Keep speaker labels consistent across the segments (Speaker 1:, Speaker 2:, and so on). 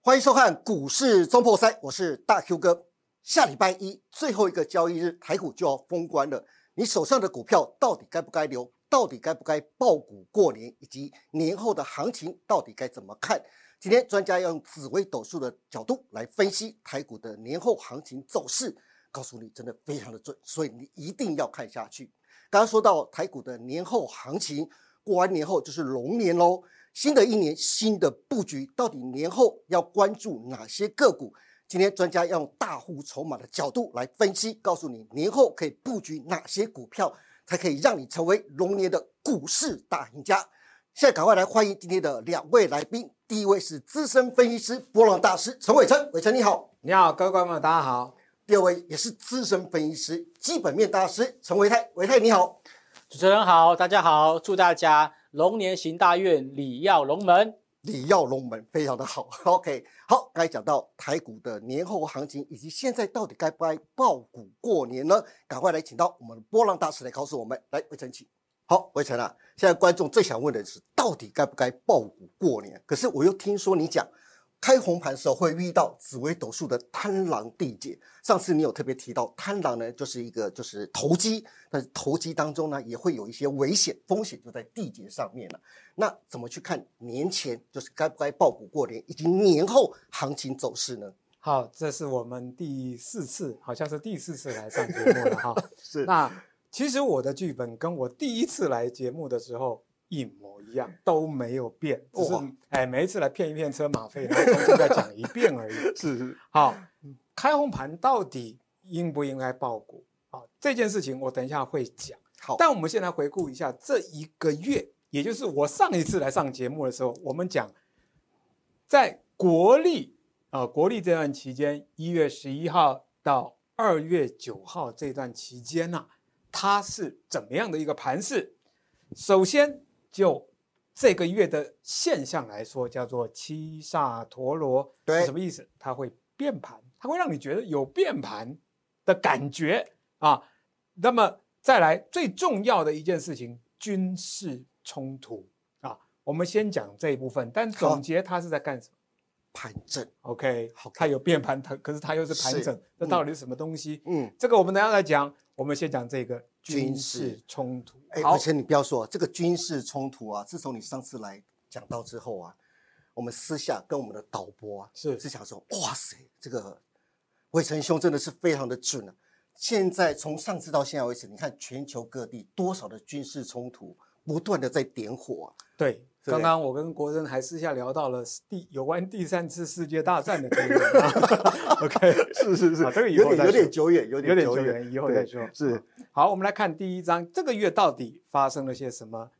Speaker 1: 欢迎收看股市中破塞，我是大 Q 哥。下礼拜一最后一个交易日，台股就要封关了。你手上的股票到底该不该留？到底该不该爆股过年？以及年后的行情到底该怎么看？今天专家要用紫微斗数的角度来分析台股的年后行情走势，告诉你真的非常的准，所以你一定要看下去。刚刚说到台股的年后行情，过完年后就是龙年喽。新的一年新的布局，到底年后要关注哪些个股？今天专家要用大户筹码的角度来分析，告诉你年后可以布局哪些股票，才可以让你成为龙年的股市大赢家。现在赶快来欢迎今天的两位来宾，第一位是资深分析师、波浪大师陈伟成，伟成你好；
Speaker 2: 你好，各位观众朋友，大家好。
Speaker 1: 第二位也是资深分析师、基本面大师陈维泰，维泰你好。
Speaker 3: 主持人好，大家好，祝大家龙年行大运，礼耀龙门。
Speaker 1: 李耀龙门非常的好。OK，好，刚才讲到台股的年后行情，以及现在到底该不该爆股过年呢？赶快来请到我们的波浪大师来告诉我们。来，魏晨请。好，魏晨啊，现在观众最想问的是，到底该不该爆股过年？可是我又听说你讲，开红盘的时候会遇到紫微斗数的贪狼地劫。上次你有特别提到，贪狼呢就是一个就是投机，但是投机当中呢也会有一些危险，风险就在地劫上面了、啊那怎么去看年前就是该不该爆股过年，以及年后行情走势呢？
Speaker 2: 好，这是我们第四次，好像是第四次来上节目了哈。
Speaker 1: 是
Speaker 2: 那其实我的剧本跟我第一次来节目的时候一模一样，都没有变，只是
Speaker 1: 哇
Speaker 2: 哎每一次来骗一骗车马费，然后重新再讲一遍而已。
Speaker 1: 是
Speaker 2: 好，开红盘到底应不应该爆股？好，这件事情我等一下会讲。
Speaker 1: 好，
Speaker 2: 但我们先来回顾一下这一个月，也就是我上一次来上节目的时候，我们讲在国历啊、呃国历这段期间，一月十一号到二月九号这段期间呢、它是怎么样的一个盘势？首先就这个月的现象来说，叫做七煞陀螺，
Speaker 1: 对
Speaker 2: 是什么意思？它会变盘，它会让你觉得有变盘的感觉啊。那么再来最重要的一件事情，军事冲突啊，我们先讲这一部分，但
Speaker 1: 好
Speaker 2: 总结它是在干什么？
Speaker 1: 盘整，
Speaker 2: OK，
Speaker 1: OK
Speaker 2: 它有变盘，它可是它又是盘
Speaker 1: 是
Speaker 2: 整，那
Speaker 1: 嗯
Speaker 2: 到底是什么东西？
Speaker 1: 嗯，
Speaker 2: 这个我们等一下再讲，我们先讲这个
Speaker 1: 军
Speaker 2: 军
Speaker 1: 事
Speaker 2: 事冲突。
Speaker 1: 哎，
Speaker 2: 好
Speaker 1: 而，且你不要说这个军事冲突啊，自从你上次来讲到之后啊，我们私下跟我们的导播啊，
Speaker 2: 是
Speaker 1: 是想说，哇塞，这个魏晨兄真的是非常的准啊！现在从上次到现在为止，你看全球各地多少的军事冲突不断的在点火、啊，
Speaker 2: 对，
Speaker 1: 对
Speaker 2: 刚刚我跟国珍还私下聊到了第有关第三次世界大战的内容啊。OK，
Speaker 1: 是是
Speaker 2: 好这个以
Speaker 1: 有
Speaker 2: 后
Speaker 1: 点
Speaker 2: 再
Speaker 1: 有点
Speaker 2: 说
Speaker 1: 久远，有
Speaker 2: 有点
Speaker 1: 久
Speaker 2: 久远，以后再
Speaker 1: 对
Speaker 2: 说。啊
Speaker 1: 是
Speaker 2: 好，我们来看第一章，这个月到底发生了些什么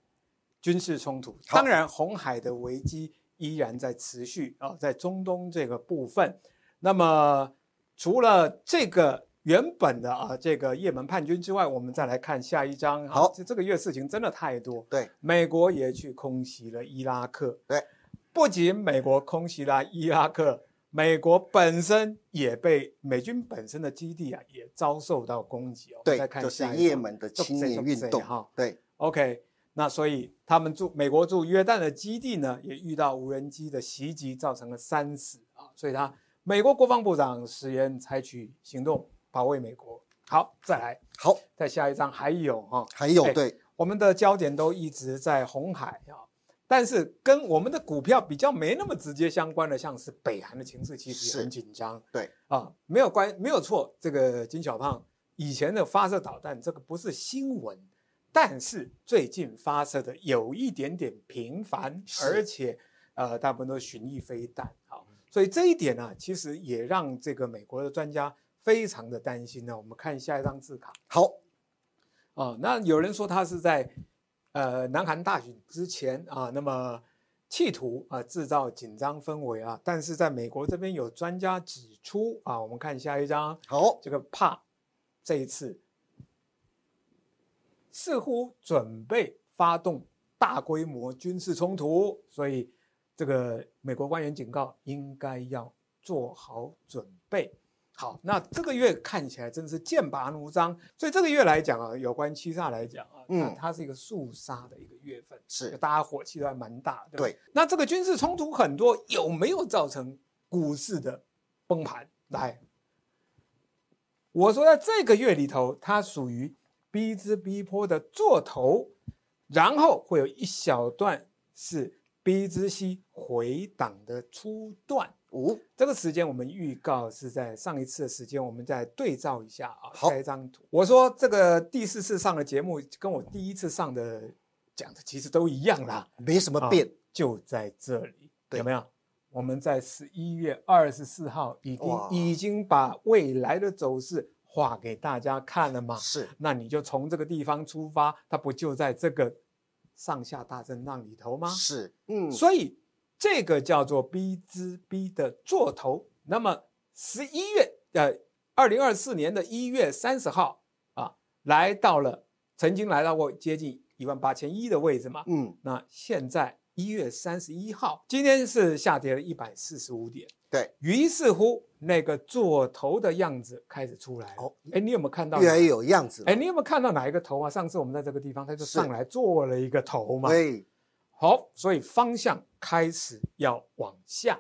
Speaker 2: 军事冲突？
Speaker 1: 好
Speaker 2: 当然，红海的危机依然在持续啊、在中东这个部分。那么，除了这个原本的啊这个也门叛军之外，我们再来看下一章。啊
Speaker 1: 好
Speaker 2: 这这个月事情真的太多。
Speaker 1: 对，
Speaker 2: 美国也去空袭了伊拉克。
Speaker 1: 对，
Speaker 2: 不仅美国空袭了伊拉克，美国本身也被美军本身的基地啊也遭受到攻击哦。我们再
Speaker 1: 对，
Speaker 2: 看
Speaker 1: 就是
Speaker 2: 下一
Speaker 1: 也
Speaker 2: 张
Speaker 1: 门的
Speaker 2: 就
Speaker 1: 青
Speaker 2: 这
Speaker 1: 年
Speaker 2: 就
Speaker 1: 运
Speaker 2: 这
Speaker 1: 动
Speaker 2: 哈。
Speaker 1: 对，
Speaker 2: OK，那所以他们驻美国驻约旦的基地呢，也遇到无人机的袭击，造成了三死啊。所以他美国国防部长誓言采取行动保卫美国。好，再来，
Speaker 1: 好，
Speaker 2: 再下一张还有哈、
Speaker 1: 还有
Speaker 2: 哎
Speaker 1: 对，
Speaker 2: 我们的焦点都一直在红海啊，但是跟我们的股票比较没那么直接相关的，像是北韩的情势其实
Speaker 1: 是
Speaker 2: 也很紧张。
Speaker 1: 对
Speaker 2: 啊，没有关没有错，这个金小胖以前的发射导弹这个不是新闻，但是最近发射的有一点点频繁，
Speaker 1: 是嗯
Speaker 2: 而且呃大部分都是巡弋飞弹啊，所以这一点呢、啊其实也让这个美国的专家非常的担心呢、啊我们看下一张字卡。
Speaker 1: 好，
Speaker 2: 哦，那有人说他是在呃南韩大选之前啊，那么企图啊制造紧张氛围啊，但是在美国这边有专家指出啊，我们看下一张，
Speaker 1: 好，
Speaker 2: 这个帕这一次似乎准备发动大规模军事冲突，所以这个美国官员警告应该要做好准备。好，那这个月看起来真是剑拔弩张，所以这个月来讲啊，有关七煞来讲啊，
Speaker 1: 嗯
Speaker 2: 嗯，它是一个肃杀的一个月份，
Speaker 1: 是
Speaker 2: 大家火气都还蛮大，对吧
Speaker 1: 对。
Speaker 2: 那这个军事冲突很多，有没有造成股市的崩盘。来，我说在这个月里头，它属于逼之逼坡的做头，然后会有一小段是逼之息回档的初段。
Speaker 1: 五
Speaker 2: 这个时间我们预告是在上一次的时间，我们再对照一下啊。
Speaker 1: 好
Speaker 2: 下一张图，我说这个第四次上的节目跟我第一次上的讲的其实都一样啦，
Speaker 1: 没什么变
Speaker 2: 啊，就在这里，
Speaker 1: 对
Speaker 2: 有没有？我们在十一月二十四号已经
Speaker 1: 哇
Speaker 2: 已经把未来的走势画给大家看了嘛？
Speaker 1: 是
Speaker 2: 那你就从这个地方出发，它不就在这个上下大震荡里头吗？
Speaker 1: 是，嗯，
Speaker 2: 所以这个叫做 B 之 B 的做头。那么十一月呃，二零二四年的一月三十号啊，来到了曾经来到过接近一万八千一的位置嘛。
Speaker 1: 嗯，
Speaker 2: 那现在一月三十一号，今天是下跌了一百四十五点。
Speaker 1: 对，
Speaker 2: 于是乎那个做头的样子开始出来了。
Speaker 1: 哦
Speaker 2: 哎，你有没有看到？
Speaker 1: 越来越有样子了。
Speaker 2: 哎，你有没有看到哪一个头啊？上次我们在这个地方，他就是上来做了一个头嘛。
Speaker 1: 对，
Speaker 2: 好，所以方向开始要往下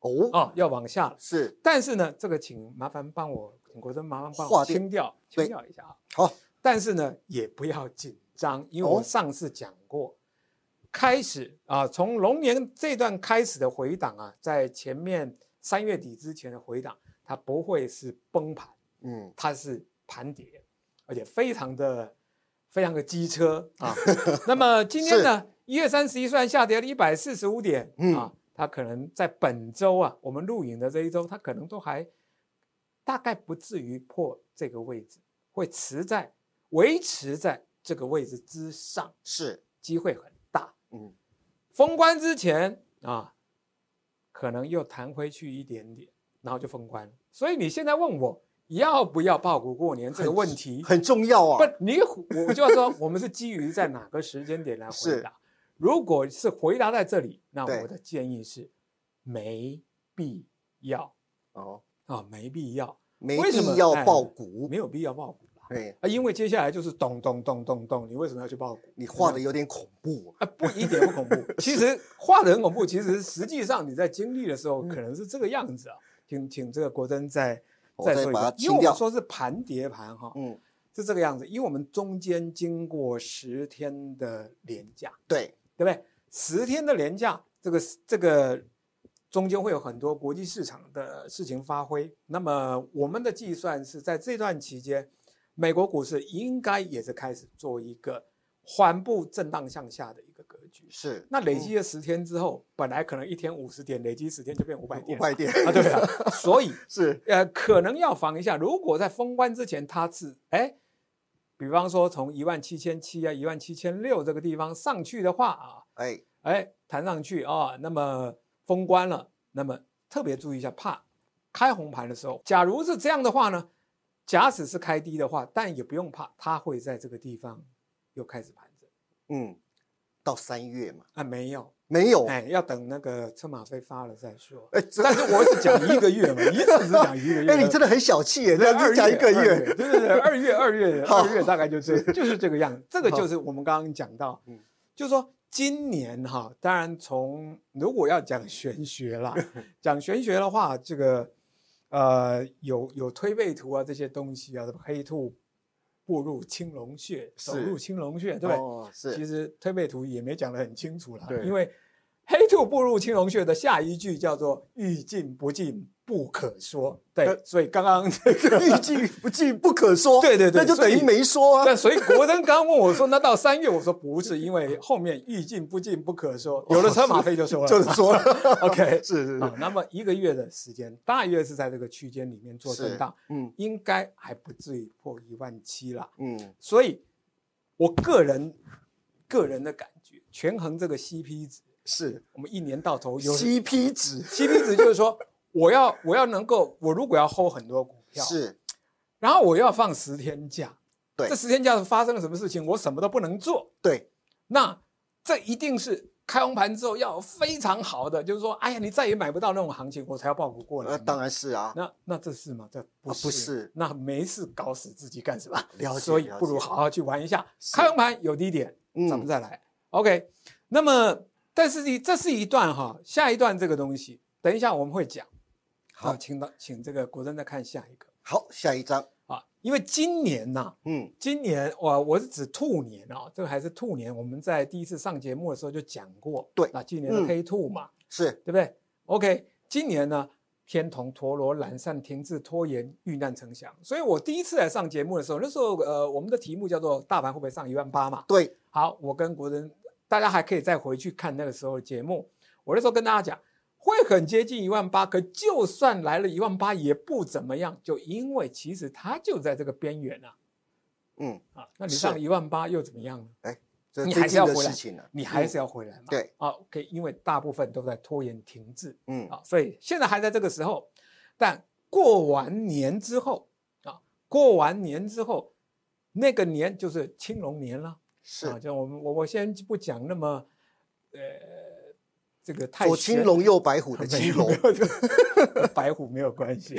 Speaker 1: 哦，
Speaker 2: 啊、要往下了。
Speaker 1: 是
Speaker 2: 但是呢，这个请麻烦帮我，请国珍麻烦帮
Speaker 1: 划
Speaker 2: 我
Speaker 1: 定
Speaker 2: 清掉，
Speaker 1: 对
Speaker 2: 清掉一下啊。
Speaker 1: 好，
Speaker 2: 但是呢，也不要紧张，因为
Speaker 1: 哦
Speaker 2: 我上次讲过，开始啊，从龙年这段开始的回档啊，在前面三月底之前的回档，它不会是崩盘，
Speaker 1: 嗯，
Speaker 2: 它是盘跌，而且非常的非常的机车啊。那么今天呢，一月三十一虽然下跌了一百四十五点、
Speaker 1: 嗯
Speaker 2: 啊，它可能在本周啊，我们录影的这一周，它可能都还大概不至于破这个位置，会持在维持在这个位置之上，
Speaker 1: 是，
Speaker 2: 机会很大。
Speaker 1: 嗯，
Speaker 2: 封关之前啊，可能又弹回去一点点，然后就封关了。所以你现在问我要不要报股过年这个问题，
Speaker 1: 很重要啊。
Speaker 2: 不，你我就要说，我们是基于在哪个时间点来回答。如果是回答在这里，那
Speaker 1: 对
Speaker 2: 我的建议是没必要
Speaker 1: 哦，
Speaker 2: 啊，没必要，
Speaker 1: 没
Speaker 2: 为什
Speaker 1: 必
Speaker 2: 么
Speaker 1: 要
Speaker 2: 哎
Speaker 1: 爆股哎
Speaker 2: 没。有必要报股啦
Speaker 1: 对，
Speaker 2: 啊，因为接下来就是咚咚咚咚咚，你为什么要去报股？
Speaker 1: 你画的有点恐怖啊。
Speaker 2: 嗯啊，不一点不恐怖。其实画的很恐怖，其实实际上你在经历的
Speaker 1: 嗯
Speaker 2: 时候可能是这个样子啊。请请这个国珍再
Speaker 1: 我
Speaker 2: 再
Speaker 1: 再
Speaker 2: 说一
Speaker 1: 把它
Speaker 2: 遍，因
Speaker 1: 清
Speaker 2: 为我
Speaker 1: 掉
Speaker 2: 们说是盘叠盘哈，
Speaker 1: 嗯，
Speaker 2: 是这个样子。因为我们中间经过十天的连假，
Speaker 1: 对，
Speaker 2: 对不对？十天的连假，这个这个中间会有很多国际市场的事情发挥。那么我们的计算是在这段期间，美国股市应该也是开始做一个缓步震荡向下的一个格局。
Speaker 1: 是嗯
Speaker 2: 那累积了十天之后，本来可能一天五十点，累积十天就变五百
Speaker 1: 五
Speaker 2: 点，
Speaker 1: 百点。
Speaker 2: 啊，对啊，所以
Speaker 1: 是，
Speaker 2: 呃，可能要防一下。如果在封关之前，它是哎，比方说从一万七千七啊、一万七千六这个地方上去的话啊，
Speaker 1: 哎，
Speaker 2: 哎，弹上去啊、那么封关了，那么特别注意一下，怕开红盘的时候，假如是这样的话呢，假使是开低的话，但也不用怕，它会在这个地方又开始盘整
Speaker 1: 嗯，到三月嘛，
Speaker 2: 啊，没有。
Speaker 1: 没有。
Speaker 2: 哎，要等那个车马费发了再说。
Speaker 1: 哎，这
Speaker 2: 但是 我只讲一个月嘛，一次只讲一个 月。
Speaker 1: 哎，你真的很小气 耶，这样
Speaker 2: 二
Speaker 1: 只
Speaker 2: 月
Speaker 1: 讲一个
Speaker 2: 二
Speaker 1: 月。
Speaker 2: 对对对，二月二 月
Speaker 1: 好
Speaker 2: 二月大概就是就是这个样子。这个
Speaker 1: 好
Speaker 2: 就是我们刚刚讲到
Speaker 1: 嗯，
Speaker 2: 就是说今年哈，当然从如果要讲玄学 啦，讲玄学的话，这个呃有有推背图啊这些东西啊，什么黑兔步入青龙穴，走
Speaker 1: 是
Speaker 2: 入青龙穴，对不对？
Speaker 1: 哦，是
Speaker 2: 其实推背图也没讲得很清楚啦，
Speaker 3: 对
Speaker 2: 因为黑兔步入青龙穴的下一句叫做“欲进不进，不可说”。对
Speaker 1: 对，
Speaker 2: 所以刚 刚这个
Speaker 1: 欲进不进不可说。
Speaker 2: 对对对
Speaker 1: 那就等
Speaker 2: 所
Speaker 1: 于
Speaker 2: 以
Speaker 1: 没说啊。
Speaker 2: 但所以国珍刚刚问我说：“那到三月？”我说：“不是，因为后面欲进不进，不可说。”有了车马费就说了，
Speaker 1: 就是说
Speaker 2: OK
Speaker 1: 是是
Speaker 2: 啊
Speaker 1: 是，。
Speaker 2: 那么一个月的时间，大约是在这个区间里面做
Speaker 1: 是
Speaker 2: 震荡，
Speaker 1: 嗯
Speaker 2: 应该还不至于破一万七啦。
Speaker 1: 嗯，
Speaker 2: 所以，我个人个人的感觉，权衡这个 CP 值。
Speaker 1: 是
Speaker 2: 我们一年到头有
Speaker 1: CP 值
Speaker 2: CP 值，就是说我要我要能够，我如果要 hold 很多股票，，
Speaker 1: 是
Speaker 2: 然后我又要放十天假，
Speaker 1: 对
Speaker 2: 这十天假发生了什么事情，我什么都不能做，
Speaker 1: 对，
Speaker 2: 那这一定是开红盘之后要有非常好的，就是说，哎呀，你再也买不到那种行情，我才要报股过来
Speaker 1: 呃，
Speaker 2: 嘛。
Speaker 1: 当然是啊，
Speaker 2: 那那这是吗？这不
Speaker 1: 啊
Speaker 2: 是，
Speaker 1: 不是
Speaker 2: 那没事搞死自己干什么？
Speaker 1: 了解
Speaker 2: 所以
Speaker 1: 了
Speaker 2: 不如
Speaker 1: 解
Speaker 2: 好好去玩一下。
Speaker 1: 是
Speaker 2: 开完盘有低点，
Speaker 1: 嗯
Speaker 2: 咱们再来。OK，那么但是你这是一段哈，下一段这个东西等一下我们会讲。
Speaker 1: 好
Speaker 2: 啊请到请这个国珍再看下一个
Speaker 1: 好，下一张，
Speaker 2: 啊，因为今年呐、
Speaker 1: 嗯，
Speaker 2: 今年我我是指兔年啊、这个还是兔年。我们在第一次上节目的时候就讲过，
Speaker 1: 对
Speaker 2: 那今年的
Speaker 1: 嗯
Speaker 2: 黑兔嘛，
Speaker 1: 是
Speaker 2: 对不对？OK，今年呢，天同、陀螺、懒散、停滞、拖延、遇难成祥。所以我第一次来上节目的时候，那时候呃，我们的题目叫做“大盘会不会上一万八”嘛。
Speaker 1: 对，
Speaker 2: 好，我跟国人，大家还可以再回去看那个时候的节目。我那时候跟大家讲，会很接近一万八，可就算来了一万八也不怎么样，就因为其实它就在这个边缘啊
Speaker 1: 嗯，
Speaker 2: 啊。那你
Speaker 1: 是
Speaker 2: 上一万八又怎么样呢？
Speaker 1: 这
Speaker 2: 你
Speaker 1: 最
Speaker 2: 还是
Speaker 1: 近
Speaker 2: 要
Speaker 1: 的
Speaker 2: 回来
Speaker 1: 事情了，
Speaker 2: 你还
Speaker 1: 嗯
Speaker 2: 是要回来嘛？
Speaker 1: 对，
Speaker 2: 啊，OK，因为大部分都在拖延停滞。
Speaker 1: 嗯，
Speaker 2: 啊，所以现在还在这个时候，但过完年之后啊，过完年之后，那个年就是青龙年了啊。
Speaker 1: 是
Speaker 2: 就我们我我先不讲那么呃这个太
Speaker 1: 左
Speaker 2: 玄
Speaker 1: 青龙右白虎的
Speaker 2: 没
Speaker 1: 青
Speaker 2: 有
Speaker 1: 龙
Speaker 2: 没，有这个跟白虎没有关系。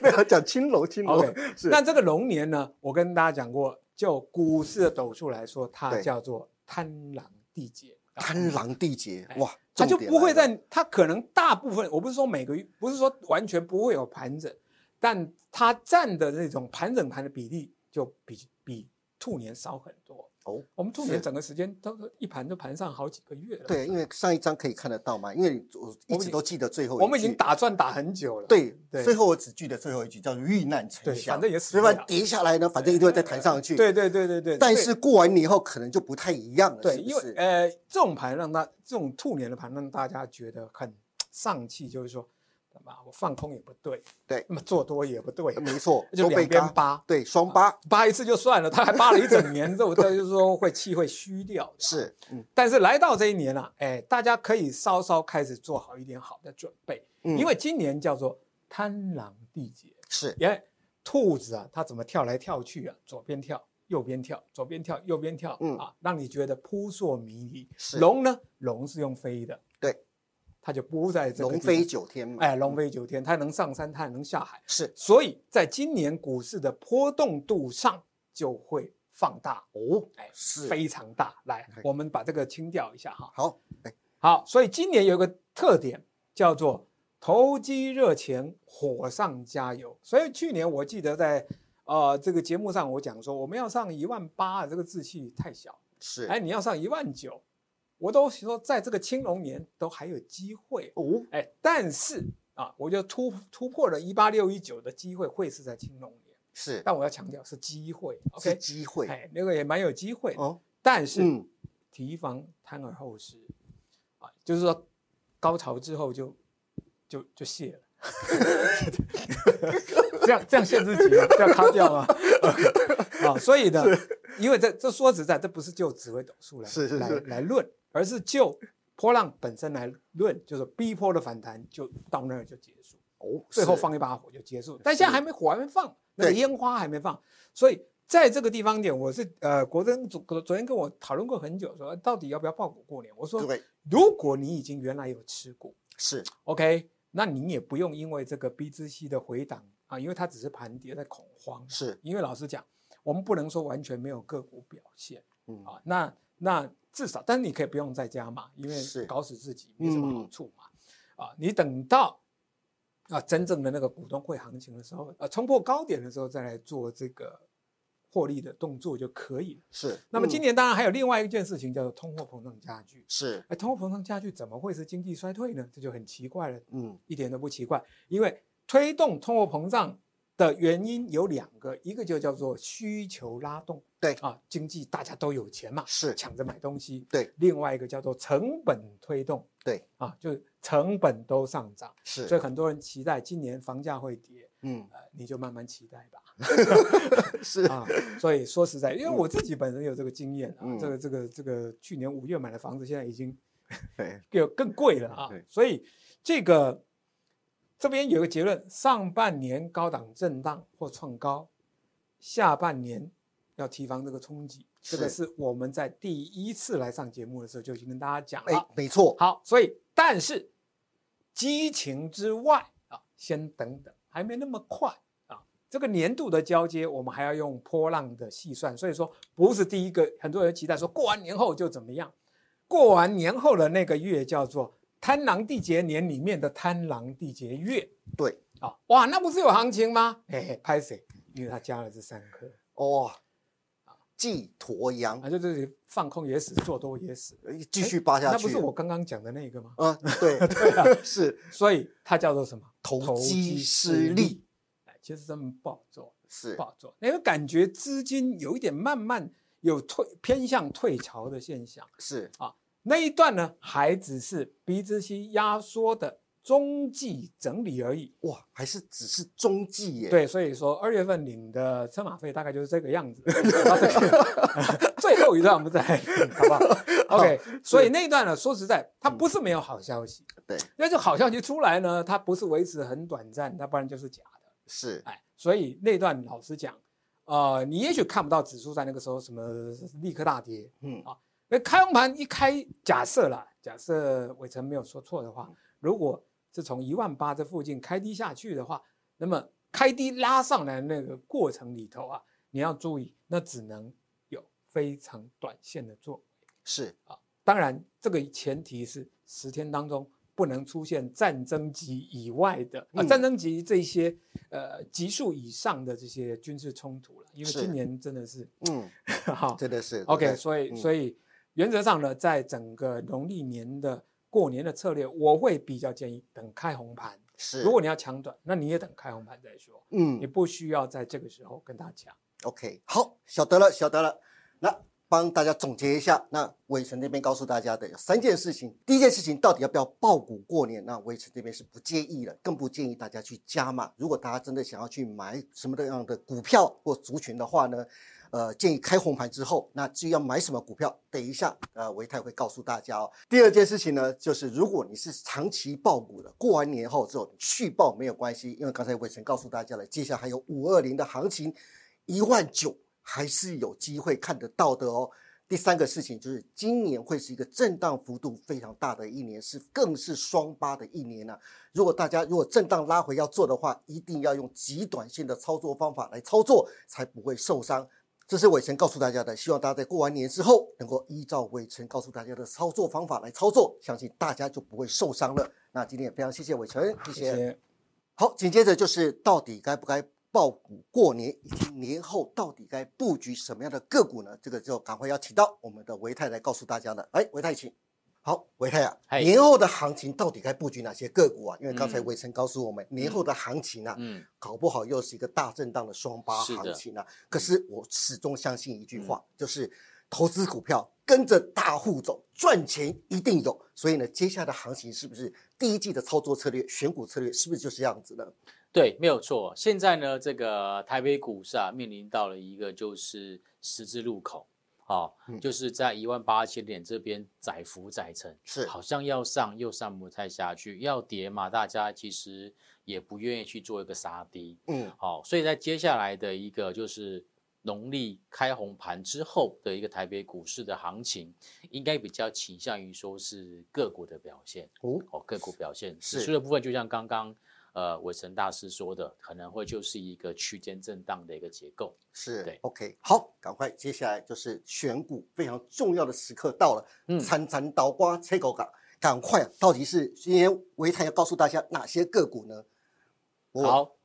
Speaker 1: 不要讲青龙，青龙
Speaker 2: OK，
Speaker 1: 是
Speaker 2: 那这个龙年呢，我跟大家讲过，就股市的斗数来说，它
Speaker 1: 对
Speaker 2: 叫做贪狼地劫。啊
Speaker 1: 贪狼地劫，哇，
Speaker 2: 它哎就
Speaker 1: 重点
Speaker 2: 不会
Speaker 1: 来了
Speaker 2: 在，它可能大部分，我不是说每个月，不是说完全不会有盘整，但它占的那种盘整盘的比例就比比兔年少很多。
Speaker 1: 哦，
Speaker 2: 我们兔年
Speaker 1: 是
Speaker 2: 整个时间都都一盘都盘上好几个月了，，
Speaker 1: 对，因为上一张可以看得到嘛，因为你我
Speaker 2: 我
Speaker 1: 一
Speaker 2: 们已
Speaker 1: 直
Speaker 2: 经
Speaker 1: 都记得最后一句，
Speaker 2: 我们已经打转打很久了。
Speaker 1: 对，
Speaker 2: 对
Speaker 1: 最后我只记得最后一句叫“遇难成
Speaker 2: 对
Speaker 1: 祥”，
Speaker 2: 反正也死
Speaker 1: 所以
Speaker 2: 不
Speaker 1: 把
Speaker 2: 了
Speaker 1: 跌下来呢，反正一定会再弹上去。，
Speaker 2: 对对对对对，
Speaker 1: 但
Speaker 2: 所以
Speaker 1: 是过完年后可能就不太一样了，
Speaker 2: 对，
Speaker 1: 是不
Speaker 2: 因为
Speaker 1: 是
Speaker 2: 呃，这种盘让大这种兔年的盘让大家觉得很丧气，就是说，他妈我放空也不对，
Speaker 1: 对
Speaker 2: 那么做多也不对，
Speaker 1: 呃没错，
Speaker 2: 就
Speaker 1: 都
Speaker 2: 两
Speaker 1: 被
Speaker 2: 边
Speaker 1: 嘎，
Speaker 2: 扒，啊
Speaker 1: 对，双八
Speaker 2: 扒一次就算了，他还扒了一整 年，这我这就是说会气会虚掉。，
Speaker 1: 是，嗯
Speaker 2: 但是来到这一年了、哎，大家可以稍稍开始做好一点好的准备，
Speaker 1: 嗯，
Speaker 2: 因为今年叫做贪狼地劫，
Speaker 1: 是
Speaker 2: 因为哎兔子啊，它怎么跳来跳去啊，左边跳，右边跳，左边跳，右边跳，
Speaker 1: 嗯
Speaker 2: 啊，让你觉得扑朔迷离。
Speaker 1: 是
Speaker 2: 龙呢，龙是用飞的，
Speaker 1: 对，
Speaker 2: 它就不在这个
Speaker 1: 龙
Speaker 2: 地方
Speaker 1: 飞，九天嘛，
Speaker 2: 哎，龙飞九天，它能上山，它也能下海。
Speaker 1: 是
Speaker 2: 所以在今年股市的波动度上就会放大，
Speaker 1: 哦，
Speaker 2: 哎，
Speaker 1: 是
Speaker 2: 非常大。来
Speaker 1: 哎，
Speaker 2: 我们把这个清掉一下哈。
Speaker 1: 好，哎，
Speaker 2: 好，所以今年有个特点叫做投机热钱，火上加油。所以去年我记得在呃这个节目上我讲说，我们要上一万八，这个志气太小。
Speaker 1: 是
Speaker 2: 哎，你要上一万九，我都说在这个青龙年都还有机会。
Speaker 1: 哦，
Speaker 2: 哎，但是啊，我就突突破了一八六一九的机会会是在青龙年，
Speaker 1: 是
Speaker 2: 但我要强调是机会
Speaker 1: 是
Speaker 2: ，OK，
Speaker 1: 机会
Speaker 2: 哎，那个也蛮有机会的，
Speaker 1: 哦，
Speaker 2: 但是
Speaker 1: 嗯，
Speaker 2: 提防贪而后实啊，就是说高潮之后就就就泄了。 这样这样限制级吗？这样卡掉吗？ 啊，所以呢，因为这这说实在，这不是就紫微斗数来
Speaker 1: 是是
Speaker 2: 来
Speaker 1: 是
Speaker 2: 来论，而是就波浪本身来论，就是逼坡的反弹就到那儿就结束，
Speaker 1: 哦，
Speaker 2: 最后
Speaker 1: 是
Speaker 2: 放一把火就结束。但现在还没火还没放，那个
Speaker 1: 对
Speaker 2: 烟花还没放，所以在这个地方点，我是呃，国珍昨昨天跟我讨论过很久，说到底要不要爆股过年？我说，
Speaker 1: 对，
Speaker 2: 如果你已经原来有持股
Speaker 1: 是
Speaker 2: ，OK，那你也不用因为这个 B 之 C 的回档啊，因为它只是盘跌在恐慌。
Speaker 1: 是，
Speaker 2: 因为老实讲，我们不能说完全没有个股表现
Speaker 1: 嗯，
Speaker 2: 啊，那那至少，但是你可以不用再加码，因
Speaker 1: 是嗯
Speaker 2: 为搞死自己没什么好处嘛。啊，你等到啊真正的那个股东会行情的时候，呃，冲破高点的时候再来做这个获利的动作就可以了。
Speaker 1: 是。
Speaker 2: 那么今
Speaker 1: 嗯
Speaker 2: 年当然还有另外一件事情叫做通货膨胀加剧。
Speaker 1: 是，
Speaker 2: 哎，通货膨胀加剧怎么会是经济衰退呢？这就很奇怪了。
Speaker 1: 嗯，
Speaker 2: 一点都不奇怪，因为推动通货膨胀的原因有两个，一个就叫做需求拉动，
Speaker 1: 对
Speaker 2: 啊，经济大家都有钱嘛，
Speaker 1: 是，
Speaker 2: 抢着买东西，
Speaker 1: 对，
Speaker 2: 另外一个叫做成本推动，
Speaker 1: 对
Speaker 2: 啊，就是成本都上涨，
Speaker 1: 是，
Speaker 2: 所以很多人期待今年房价会跌，
Speaker 1: 嗯，
Speaker 2: 呃，你就慢慢期待吧。
Speaker 1: 是，
Speaker 2: 啊，所以说实在，因为我自己本身有这个经验啊，
Speaker 1: 嗯
Speaker 2: 这个这个这个去年五月买的房子，现在已经
Speaker 1: 对，
Speaker 2: 有更贵了啊
Speaker 1: 对。
Speaker 2: 所以这个这边有个结论：上半年高档震荡或创高，下半年要提防这个冲击。这个
Speaker 1: 是
Speaker 2: 是我们在第一次来上节目的时候就已经跟大家讲
Speaker 1: 哎
Speaker 2: 了。，
Speaker 1: 没错，
Speaker 2: 好，所以但是激情之外啊，先等等，还没那么快啊。这个年度的交接，我们还要用波浪的细算，所以说不是第一个。很多人期待说过完年后就怎么样，过完年后的那个月叫做贪狼地劫年里面的贪狼地劫月
Speaker 1: 对，
Speaker 2: 啊、哇，那不是有行情吗？嘿嘿，拍谁？因为他加了这三颗
Speaker 1: 哦，季酉阳
Speaker 2: 啊，就这里放空也死，做多也死，
Speaker 1: 呃继续扒下
Speaker 2: 哎那
Speaker 1: 去，
Speaker 2: 不是我刚刚讲的那个吗？
Speaker 1: 啊， 对对是
Speaker 2: 所以它叫做什么？
Speaker 1: 投机失利，
Speaker 2: 哎，其实真的不好做，
Speaker 1: 是
Speaker 2: 不好做，因为感觉资金有一点慢慢有退偏向退潮的现象。
Speaker 1: 是
Speaker 2: 那一段呢，还只是鼻子期压缩的中继整理而已。
Speaker 1: 哇，还是只是中继耶，
Speaker 2: 对，所以说二月份领的车马费大概就是这个样 子。到这个最后一段我们再来领，好不 好？OK，所以那一段呢，说实在，它不是没有好消息，
Speaker 1: 对，
Speaker 2: 那就好消息出来呢，它不是维持很短暂，它不然就是假的。
Speaker 1: 是
Speaker 2: 哎，所以那段老实讲，呃，你也许看不到指数在那个时候什么立刻大跌，
Speaker 1: 嗯
Speaker 2: 啊那开红盘一开，假设啦，假设伟成没有说错的话，如果是从一万八这附近开低下去的话，那么开低拉上来的那个过程里头啊，你要注意，那只能有非常短线的做。
Speaker 1: 是
Speaker 2: 当然，这个前提是十天当中不能出现战争级以外的啊、呃
Speaker 1: 嗯
Speaker 2: 战争级这些呃级数以上的这些军事冲突了，因为
Speaker 1: 是
Speaker 2: 今年真 的是
Speaker 1: 嗯，
Speaker 2: 哈
Speaker 1: 真的是
Speaker 2: 啊 OK，
Speaker 1: 对
Speaker 2: 所以
Speaker 1: 嗯
Speaker 2: 所以原则上呢，在整个农历年的过年的策略，我会比较建议等开红盘。
Speaker 1: 是，
Speaker 2: 如果你要抢短，那你也等开红盘再说，
Speaker 1: 嗯
Speaker 2: 你不需要在这个时候跟他抢。
Speaker 1: OK，好，晓得了，晓得了。那帮大家总结一下，那伟成这边告诉大家的有三件事情。第一件事情，到底要不要爆股过年？那伟成这边是不建议的，更不建议大家去加码。如果大家真的想要去买什么样的股票或族群的话呢，呃，建议开红盘之后，那至于要买什么股票，等一下，呃，维泰会告诉大家哦。第二件事情呢，就是如果你是长期爆股的，过完年后之后你续爆没有关系，因为刚才伟成告诉大家了，接下来还有五二零的行情，一万九还是有机会看得到的哦。第三个事情就是，今年会是一个震荡幅度非常大的一年，是更是双八的一年呢、啊如果大家如果震荡拉回要做的话，一定要用极短线的操作方法来操作，才不会受伤。这是伟成告诉大家的，希望大家在过完年之后能够依照伟成告诉大家的操作方法来操作，相信大家就不会受伤了。那今天也非常谢谢伟成，
Speaker 2: 谢谢
Speaker 1: 好，紧接着就是到底该不该爆股过年，以及年后到底该布局什么样的个股呢？这个就赶快要请到我们的维泰来告诉大家了。哎，维泰，请。好，维泰啊，
Speaker 3: 嗨
Speaker 1: 年后的行情到底该布局哪些个股啊？因为刚才
Speaker 3: 嗯
Speaker 1: 维晨告诉我们，年后的行情啊，
Speaker 3: 嗯，
Speaker 1: 搞不好又是一个大震荡的双八
Speaker 3: 是的嗯
Speaker 1: 行情啊。可是我始终相信一句话，就是投资股票跟着大户走，赚钱一定有。所以呢，接下来的行情是不是第一季的操作策略、选股策略是不是就是这样子呢？
Speaker 3: 对，没有错。现在呢，这个台北股市啊，面临到了一个就是十字路口，哦，
Speaker 1: 嗯
Speaker 3: 就是在一万八千点这边载浮载沉，
Speaker 1: 是
Speaker 3: 好像要上又上不太下去，要跌嘛，大家其实也不愿意去做一个杀低，
Speaker 1: 嗯，
Speaker 3: 好、所以在接下来的一个就是农历开红盘之后的一个台北股市的行情，应该比较倾向于说是个股的表现。
Speaker 1: 哦，
Speaker 3: 哦，个股表现，指
Speaker 1: 是
Speaker 3: 数的部分就像刚刚呃伟成大师说的，可能会就是一个区间震荡的一个结构。
Speaker 1: 是，
Speaker 3: 对
Speaker 1: ，OK，好，赶快，接下来就是选股非常重要的时刻到了，
Speaker 3: 嗯
Speaker 1: 参参倒瓜切狗港，赶快啊，到底是今天维泰要告诉大家哪些个股呢？我，
Speaker 3: 好，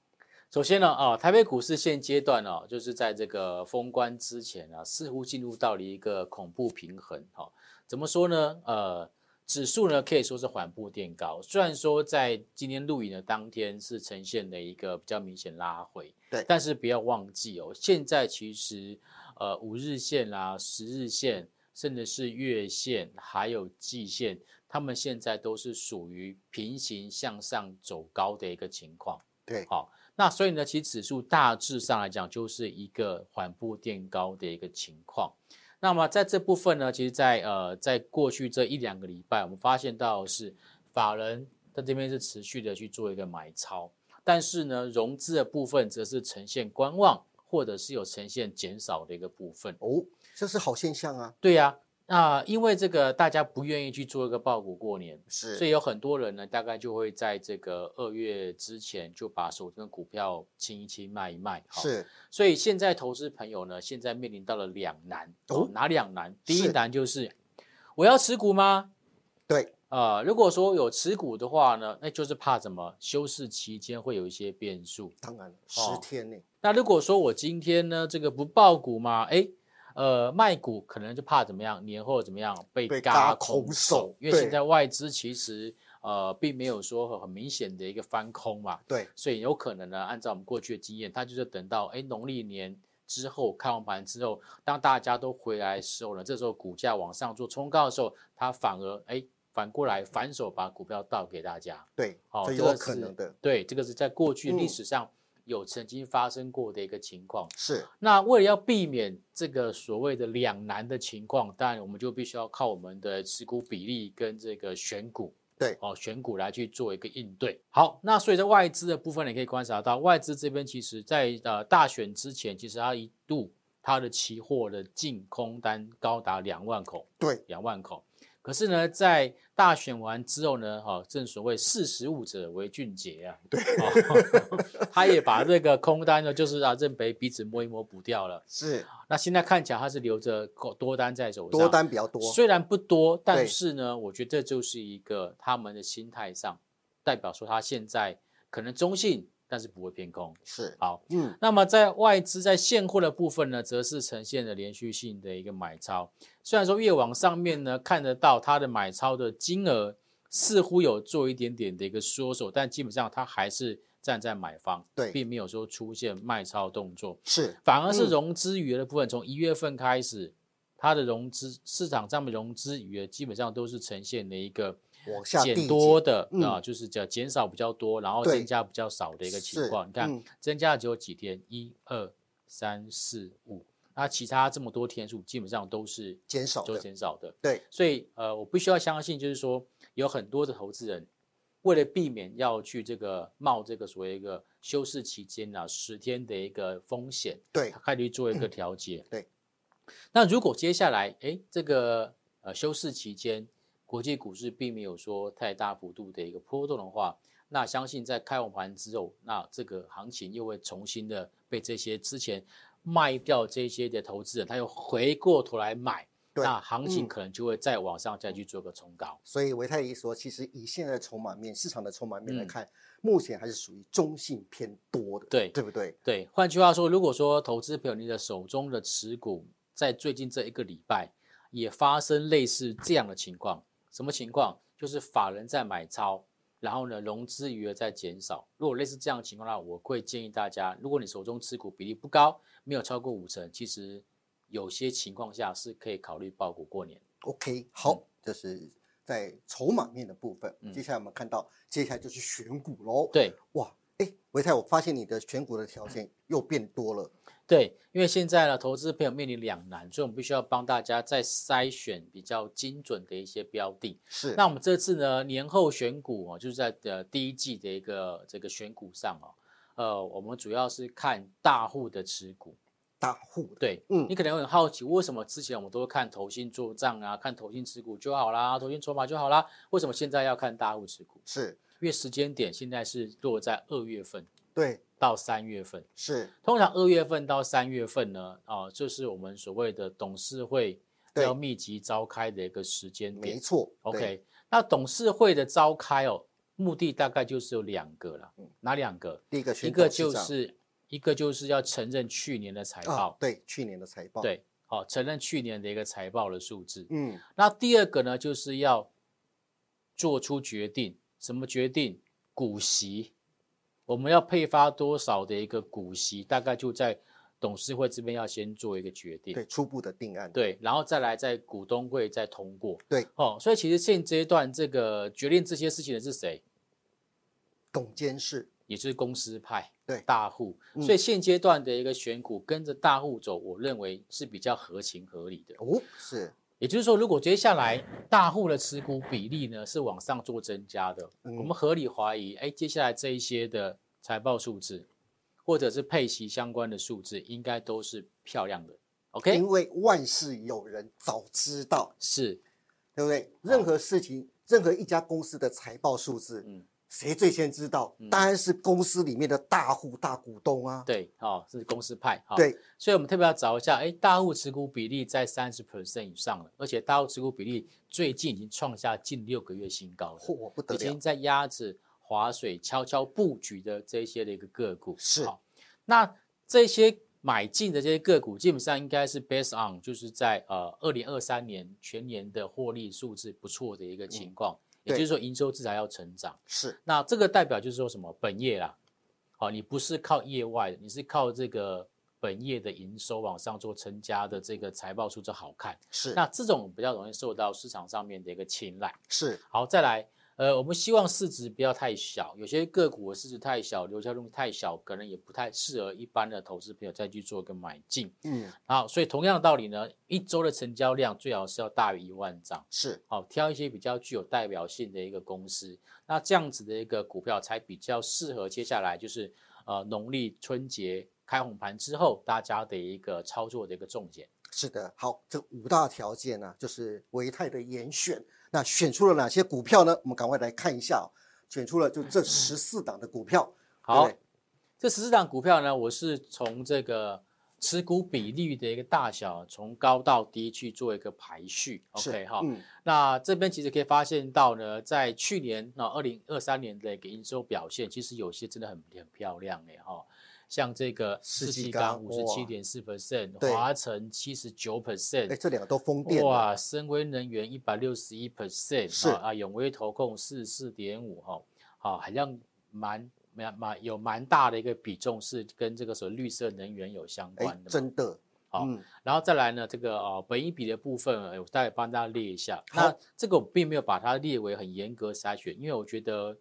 Speaker 3: 首先呢，啊，台北股市现阶段哦，就是在这个封关之前啊，似乎进入到了一个恐怖平衡。哈、怎么说呢？呃，指数呢可以说是缓步垫高，虽然说在今天录影的当天是呈现了一个比较明显拉回，
Speaker 1: 对
Speaker 3: 但是不要忘记哦，现在其实呃五日线啦、十日线，甚至是月线，还有季线，它们现在都是属于平行向上走高的一个情况。
Speaker 1: 对
Speaker 3: 好、那所以呢，其实指数大致上来讲就是一个缓步垫高的一个情况。那么在这部分呢，其实在，呃，在过去这一两个礼拜，我们发现到是法人在这边是持续的去做一个买超，但是呢，融资的部分则是呈现观望，或者是有呈现减少的一个部分。
Speaker 1: 哦，这是好现象啊，
Speaker 3: 对呀、那、因为这个大家不愿意去做一个爆股过年，
Speaker 1: 是
Speaker 3: 所以有很多人呢，大概就会在这个二月之前就把手中的股票清一清、卖一卖。好
Speaker 1: 是，
Speaker 3: 所以现在投资朋友呢，现在面临到了两难。
Speaker 1: 哦
Speaker 3: 哦，哪两难？第一
Speaker 1: 是
Speaker 3: 难就是我要持股吗？
Speaker 1: 对，
Speaker 3: 呃，如果说有持股的话呢，那就是怕什么休市期间会有一些变数。
Speaker 1: 当然了，十
Speaker 3: 哦
Speaker 1: 天内、
Speaker 3: 那如果说我今天呢，这个不爆股嘛，哎，呃，卖股可能就怕怎么样，年后怎么样被
Speaker 1: 被嘎
Speaker 3: 嘎
Speaker 1: 空
Speaker 3: 空
Speaker 1: 手
Speaker 3: 因为现
Speaker 1: 对
Speaker 3: 在外资其实呃并没有说很很明显的一个翻空嘛，
Speaker 1: 对，
Speaker 3: 所以有可能呢，按照我们过去的经验，它就是等到哎农历年之后开完盘之后，当大家都回来的时候呢，这时候股价往上做冲高的时候，它反而哎反过来反手把股票倒给大家。
Speaker 1: 对，
Speaker 3: 哦，
Speaker 1: 这
Speaker 3: 这个
Speaker 1: 有可
Speaker 3: 是
Speaker 1: 能的，
Speaker 3: 对，这个是在过去历
Speaker 1: 嗯
Speaker 3: 史上有曾经发生过的一个情况。
Speaker 1: 是
Speaker 3: 那为了要避免这个所谓的两难的情况，当然我们就必须要靠我们的持股比例跟这个选股，
Speaker 1: 对
Speaker 3: 哦，选股来去做一个应对。好，那所以在外资的部分，你可以观察到，外资这边其实在呃大选之前，其实它一度它的期货的净空单高达两万口，
Speaker 1: 对，
Speaker 3: 两万口。可是呢，在大选完之后呢，哈、正所谓识时务者为俊杰啊，对、他也把这个空单呢，就是啊，任北鼻子摸一摸补掉了。
Speaker 1: 是
Speaker 3: 那现在看起来他是留着口多单在手上，
Speaker 1: 多单比较多，
Speaker 3: 虽然不多，
Speaker 1: 对
Speaker 3: 但是呢，我觉得这就是一个他们的心态上代表说他现在可能中性，但是不会偏空。
Speaker 1: 是
Speaker 3: 好，
Speaker 1: 嗯
Speaker 3: 那么在外资在现货的部分呢，则是呈现了连续性的一个买超。虽然说越往上面呢，看得到它的买超的金额似乎有做一点点的一个缩手，但基本上它还是站在买方，
Speaker 1: 对
Speaker 3: 并没有说出现卖超动作，
Speaker 1: 是
Speaker 3: 反而是
Speaker 1: 嗯
Speaker 3: 融资余额的部分，从一月份开始，它的融资市场上面融资余额基本上都是呈现了一个。
Speaker 1: 往下递
Speaker 3: 减
Speaker 1: 减
Speaker 3: 多的
Speaker 1: 嗯
Speaker 3: 啊，就是叫减少比较多，然后
Speaker 1: 对
Speaker 3: 增加比较少的一个情
Speaker 1: 是
Speaker 3: 况。你看
Speaker 1: 嗯，
Speaker 3: 增加了只有几天，一二三四五，那其他这么多天数基本上都是
Speaker 1: 减少
Speaker 3: 都
Speaker 1: 的，
Speaker 3: 减少的。
Speaker 1: 对，
Speaker 3: 所以呃，我必须要相信，就是说有很多的投资人为了避免要去这个冒这个所谓一个休市期间啊十天的一个风险，
Speaker 1: 对，
Speaker 3: 概率做一个调节。
Speaker 1: 嗯对，
Speaker 3: 那如果接下来哎这个呃休市期间，国际股市并没有说太大幅度的一个波动的话，那相信在开完盘之后，那这个行情又会重新的被这些之前卖掉这些的投资人，他又回过头来买，
Speaker 1: 对
Speaker 3: 那行情
Speaker 1: 嗯
Speaker 3: 可能就会再往上再去做个冲高。
Speaker 1: 所以维泰一说，其实以现在的筹码面市场的筹码面来
Speaker 3: 嗯
Speaker 1: 看，目前还是属于中性偏多的，
Speaker 3: 对
Speaker 1: 对不对？
Speaker 3: 对，换句话说，如果说投资朋友你的手中的持股在最近这一个礼拜也发生类似这样的情况，什么情况？就是法人在买超，然后呢融资余额在减少。如果类似这样的情况呢，我会建议大家，如果你手中持股比例不高，没有超过五成，其实有些情况下是可以考虑爆股过年。
Speaker 1: OK，好，
Speaker 3: 嗯
Speaker 1: 这是在筹码面的部分。
Speaker 3: 嗯
Speaker 1: 接下来我们看到，接下来就是选股喽。，
Speaker 3: 对
Speaker 1: 哇，哎，维泰，我发现你的选股的条件又变多了。
Speaker 3: 对，因为现在呢，投资朋友面临两难，所以我们必须要帮大家再筛选比较精准的一些标的。
Speaker 1: 是，
Speaker 3: 那我们这次呢，年后选股哦，就是在呃第一季的一个这个选股上哦，呃，我们主要是看大户的持股。
Speaker 1: 大户的，
Speaker 3: 对，
Speaker 1: 嗯
Speaker 3: 你，可能会很好奇，为什么之前我们都会看投信做账啊，看投信持股就好啦，投信筹码就好啦，为什么现在要看大户持股？
Speaker 1: 是，
Speaker 3: 因为时间点现在是落在二月份
Speaker 1: 对，
Speaker 3: 到三月份。
Speaker 1: 是，
Speaker 3: 通常二月份到三月份呢，啊、就是我们所谓的董事会
Speaker 1: 对
Speaker 3: 要密集召开的一个时间点
Speaker 1: 没。错。对
Speaker 3: OK，那董事会的召开哦，目的大概就是有两个了，哪两个？
Speaker 1: 第一个
Speaker 3: 一
Speaker 1: 嗯选
Speaker 3: 个
Speaker 1: 董事
Speaker 3: 就
Speaker 1: 长
Speaker 3: 是一个就是要承认去年的财
Speaker 1: 啊
Speaker 3: 报，，
Speaker 1: 对，去年的财报，，
Speaker 3: 对，好、承认去年的一个财报的数字。
Speaker 1: 嗯，
Speaker 3: 那第二个呢，就是要做出决定，什么决定？股息，我们要配发多少的一个股息，大概就在董事会这边要先做一个决定。
Speaker 1: 对，初步的定案，，
Speaker 3: 对，然后再来在股东会再通过。
Speaker 1: 对，
Speaker 3: 哦，所以其实现阶段这个决定这些事情的是谁，
Speaker 1: 董监事，
Speaker 3: 也就是公司派，
Speaker 1: 对
Speaker 3: 大户。
Speaker 1: 嗯
Speaker 3: 所以现阶段的一个选股跟着大户走，我认为是比较合情合理的。
Speaker 1: 哦，是，
Speaker 3: 也就是说，如果接下来大户的持股比例呢是往上做增加的，
Speaker 1: 嗯
Speaker 3: 我们合理怀疑，哎，接下来这一些的财报数字，或者是配息相关的数字，应该都是漂亮的。OK，
Speaker 1: 因为万事有人早知道，
Speaker 3: 是，
Speaker 1: 对不对？任何事情，任何一家公司的财报数字，
Speaker 3: 嗯，
Speaker 1: 谁最先知道
Speaker 3: 嗯？
Speaker 1: 当然是公司里面的大户、大股东啊。
Speaker 3: 对，哦，是公司派，好，
Speaker 1: 对，
Speaker 3: 所以我们特别要找一下，哎，大户持股比例在三十 percent 以上了，而且大户持股比例最近已经创下近六个月新高了，
Speaker 1: 嚯，不得
Speaker 3: 已
Speaker 1: 了
Speaker 3: 经！在压制划水、悄悄布局的这些的一个个股。
Speaker 1: 是
Speaker 3: 好，那这些买进的这些个股，基本上应该是 based on 就是在呃二零二三年全年的获利数字不错的一个情况，也
Speaker 1: 嗯对
Speaker 3: 就是说营收至少要成长。
Speaker 1: 是
Speaker 3: 那这个代表就是说什么本业啦，好、你不是靠业外的，你是靠这个本业的营收往上做增加的这个财报数字好看。
Speaker 1: 是
Speaker 3: 那这种比较容易受到市场上面的一个青睐。
Speaker 1: 是
Speaker 3: 好，再来，呃，我们希望市值不要太小，有些个股的市值太小，流通量太小，可能也不太适合一般的投资朋友再去做一个买进。
Speaker 1: 嗯
Speaker 3: 好，所以同样的道理呢，一周的成交量最好是要大于一万张。
Speaker 1: 是
Speaker 3: 好，挑一些比较具有代表性的一个公司，那这样子的一个股票才比较适合接下来就是呃农历春节开红盘之后大家的一个操作的一个重点。
Speaker 1: 是的。好，这五大条件呢、就是维泰的严选。那选出了哪些股票呢？我们赶快来看一下哦、选出了就这十四档的股票。
Speaker 3: 好
Speaker 1: 对，
Speaker 3: 这十四档股票呢，我是从这个持股比例的一个大小，从高到低去做一个排序。
Speaker 1: 是
Speaker 3: OK 哈，
Speaker 1: 嗯，
Speaker 3: 那这边其实可以发现到呢，在去年那二零二三年的一个营收表现，其实有些真的很很漂亮哎哈，像这个
Speaker 1: 世
Speaker 3: 世
Speaker 1: 纪
Speaker 3: 纪
Speaker 1: 钢
Speaker 3: 钢五十七点四 percent，
Speaker 1: 对
Speaker 3: 华晨七十九
Speaker 1: 哎，
Speaker 3: percent。
Speaker 1: 这两个都风电了，
Speaker 3: 哇，深威能源一百六十一 percent，
Speaker 1: 是
Speaker 3: 啊，永威投控四十四点五哈，好，好像蛮蛮蛮有蛮大的一个比重是跟这个所谓绿色能源有相关
Speaker 1: 哎
Speaker 3: 的，嘛。
Speaker 1: 真的，
Speaker 3: 好
Speaker 1: 嗯，
Speaker 3: 然后再来呢，这个呃本益比的部分，呃我大概帮大家列一下。
Speaker 1: 好
Speaker 3: 那这个我并没有把它列为很严格筛选，因为我觉得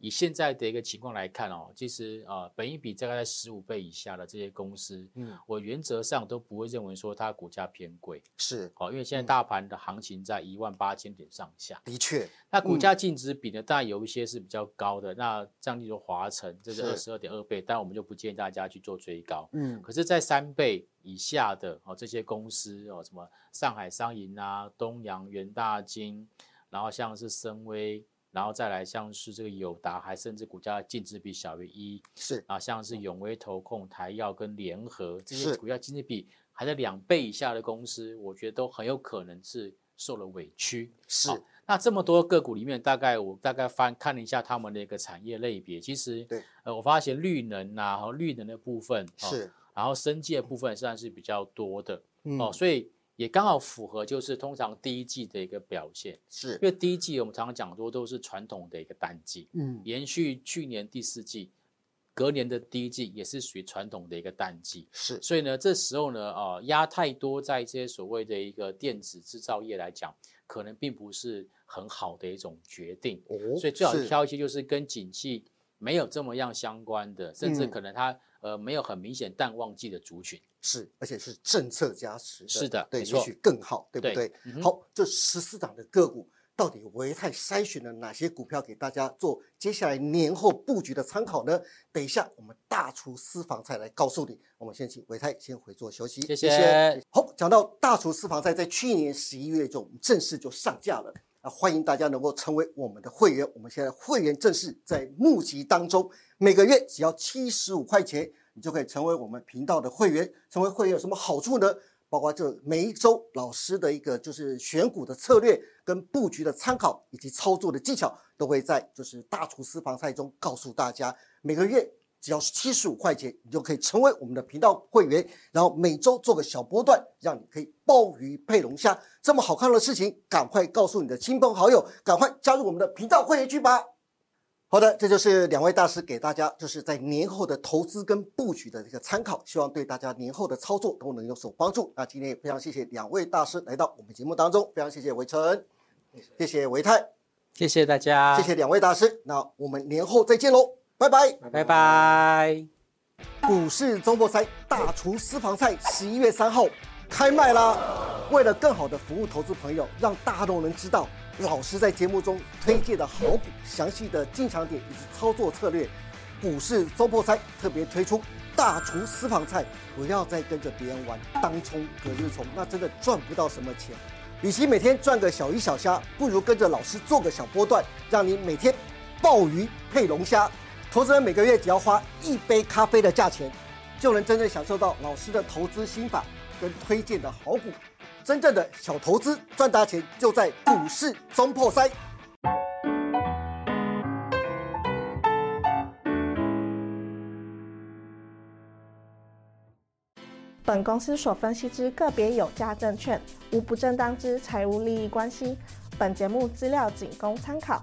Speaker 3: 以现在的一个情况来看哦，其实呃本益比大概在十五倍以下的这些公司，
Speaker 1: 嗯，
Speaker 3: 我原则上都不会认为说它股价偏贵，
Speaker 1: 是
Speaker 3: 好、因为现在
Speaker 1: 嗯
Speaker 3: 大盘的行情在一万八千点上下。
Speaker 1: 的确，
Speaker 3: 那股
Speaker 1: 嗯
Speaker 3: 价净值比呢，当然有一些是比较高的，那像例如华晨，这是二
Speaker 1: 是
Speaker 3: 十二点二倍，但我们就不建议大家去做追高。
Speaker 1: 嗯，
Speaker 3: 可是，在三倍以下的哦，这些公司哦，什么上海商银啊、东阳、元大金，然后像是深威，然后再来像是这个友达，还甚至股价净值比小于一
Speaker 1: 是
Speaker 3: 啊，像是永威投控、台药跟联合这
Speaker 1: 是
Speaker 3: 些股价净值比还在两倍以下的公司，我觉得都很有可能是受了委屈。
Speaker 1: 是
Speaker 3: 好，那这么多个股里面，大概我大概翻看了一下他们的一个产业类别，其实
Speaker 1: 对，
Speaker 3: 呃，我发现绿能呐、和绿能的部分、哦、
Speaker 1: 是，
Speaker 3: 然后生计的部分算是比较多的、
Speaker 1: 嗯，
Speaker 3: 哦，所以也刚好符合就是通常第一季的一个表现，
Speaker 1: 是
Speaker 3: 因，为第一季我们常常讲说都是传统的一个淡季，
Speaker 1: 嗯，
Speaker 3: 延续去年第四季，隔年的第一季也是属于传统的一个淡季，
Speaker 1: 是
Speaker 3: 所以呢，这时候呢，呃，压太多在这些所谓的一个电子制造业来讲，可能并不是很好的一种决定。
Speaker 1: 哦，
Speaker 3: 所以最好
Speaker 1: 是
Speaker 3: 挑一些就是跟景气没有这么样相关的，甚至
Speaker 1: 嗯
Speaker 3: 可能它呃没有很明显淡旺季的族群。
Speaker 1: 是，而且是政策加持的，
Speaker 3: 是的
Speaker 1: 对，
Speaker 3: 没
Speaker 1: 也
Speaker 3: 错
Speaker 1: 许更好，对不
Speaker 3: 对
Speaker 1: 对？
Speaker 3: 嗯哼
Speaker 1: 好，这十四档的个股到底维泰筛选了哪些股票给大家做接下来年后布局的参考呢？等一下我们大厨私房菜来告诉你。我们先请维泰先回座休息，
Speaker 3: 谢谢
Speaker 1: 好，讲到大厨私房菜，在去年十一月就正式就上架了。啊，欢迎大家能够成为我们的会员。我们现在会员正式在募集当中，每个月只要七十五块钱，你就可以成为我们频道的会员。成为会员有什么好处呢？包括这每一周老师的一个就是选股的策略、跟布局的参考以及操作的技巧，都会在就是大厨私房菜中告诉大家。每个月只要七十五块钱，你就可以成为我们的频道会员，然后每周做个小波段，让你可以鲍鱼配龙虾。这么好看的事情，赶快告诉你的亲朋好友，赶快加入我们的频道会员去吧。好的，这就是两位大师给大家就是在年后的投资跟布局的一个参考，希望对大家年后的操作都能有所帮助。那今天也非常谢谢两位大师来到我们节目当中，非常谢谢维晨，谢谢维泰，
Speaker 3: 谢谢大家，
Speaker 1: 谢，谢两位大师。那我们年后再见喽，拜拜。
Speaker 3: 拜。拜。
Speaker 1: 股市周末赛大厨私房菜十一月三号开卖啦！为了更好的服务投资朋友，让大众能知道老师在节目中推荐的好股、详细的进场点以及操作策略，股市周末赛特别推出大厨私房菜，不要再跟着别人玩当冲、隔日冲，那真的赚不到什么钱。与其每天赚个小鱼小虾，不如跟着老师做个小波段，让你每天鲍鱼配龙虾。投资人每个月只要花一杯咖啡的价钱，就能真正享受到老师的投资心法跟推荐的好股。真正的小投资赚大钱，就在股市中破塞。
Speaker 4: 本公司所分析之个别有价证券，无不正当之财务利益关系。本节目资料仅供参考，